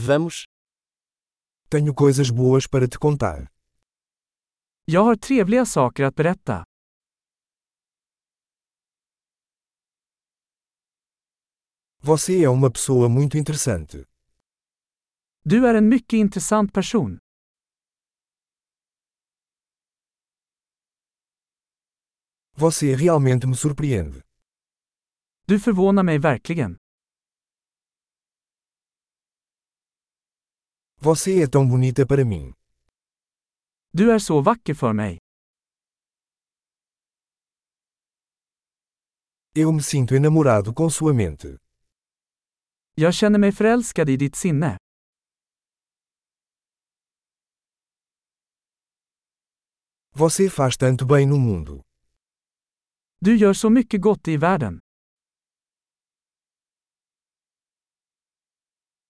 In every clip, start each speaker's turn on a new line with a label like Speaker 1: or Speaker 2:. Speaker 1: Vamos.
Speaker 2: Tenho coisas boas para te contar.
Speaker 3: Jag har trevliga saker att berätta.
Speaker 2: Você é uma pessoa muito interessante.
Speaker 3: Du är en mycket intressant person.
Speaker 2: Você realmente me surpreende.
Speaker 3: Du förvånar mig verkligen.
Speaker 2: Você é tão bonita para mim.
Speaker 3: Du är så vacker för mig.
Speaker 2: Eu me sinto enamorado com sua mente.
Speaker 3: Jag känner mig förälskad i ditt sinne.
Speaker 2: Você faz tanto bem no mundo.
Speaker 3: Du gör så mycket gott i världen.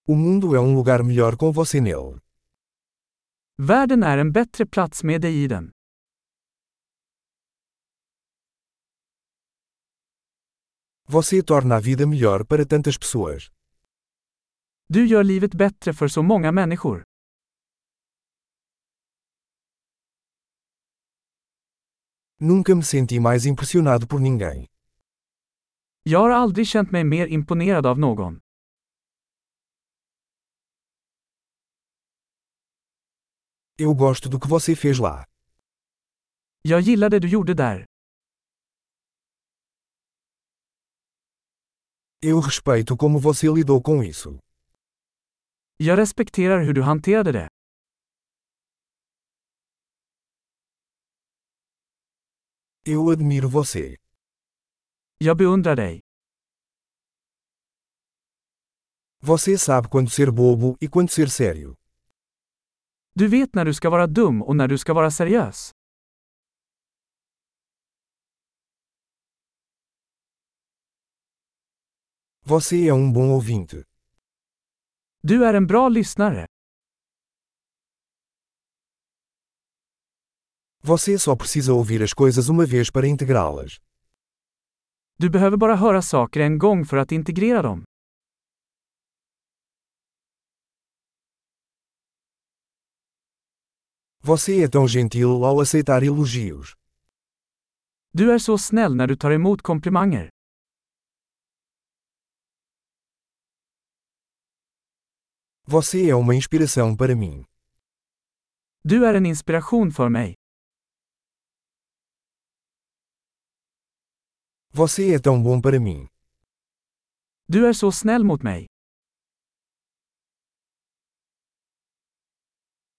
Speaker 2: O mundo é um lugar melhor com você nele.
Speaker 3: Världen är en bättre plats med dig i den.
Speaker 2: Você torna a vida melhor para tantas pessoas.
Speaker 3: Du gör livet bättre för så många människor.
Speaker 2: Nunca me senti mais impressionado por ninguém.
Speaker 3: Jag har aldrig känt mig mer imponerad av någon.
Speaker 2: Eu gosto do que você fez lá.
Speaker 3: Jag gillar det du gjorde där.
Speaker 2: Eu respeito como você lidou com isso.
Speaker 3: Jag respekterar hur du hanterade det.
Speaker 2: Eu admiro você.
Speaker 3: Jag beundrar dig.
Speaker 2: Você sabe quando ser bobo e quando ser sério.
Speaker 3: Du vet när du ska vara dum och när du ska vara seriös.
Speaker 2: Você é um bom ouvinte.
Speaker 3: Du är en bra lyssnare.
Speaker 2: Você só precisa ouvir as coisas uma vez para integrá-las.
Speaker 3: Du behöver bara höra saker en gång för att integrera dem.
Speaker 2: Você é tão gentil ao aceitar elogios.
Speaker 3: Du är så snäll när du tar emot komplimanger.
Speaker 2: Você é uma inspiração para mim.
Speaker 3: Du är en inspiration för mig.
Speaker 2: Você é tão bom para mim.
Speaker 3: Du är så snäll mot mig.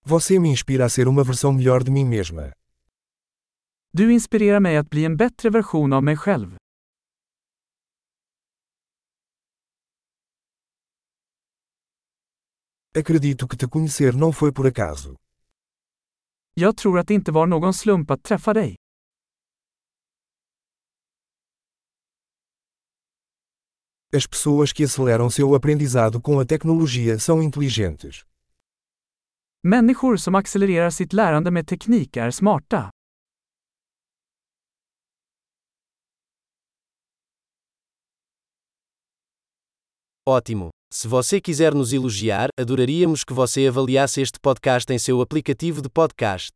Speaker 2: Você me inspira a ser uma versão melhor de mim mesma.
Speaker 3: Du inspirerar mig att bli en bättre version av mig själv.
Speaker 2: Acredito que te conhecer não foi por acaso.
Speaker 3: Jag tror att det inte var någon slump att träffa dig.
Speaker 2: As pessoas que aceleram seu aprendizado com a tecnologia são inteligentes.
Speaker 3: Människor som accelererar sitt lärande med teknik är smarta.
Speaker 1: Ótimo! Se você quiser nos elogiar, adoraríamos que você avaliasse este podcast em seu aplicativo de podcast.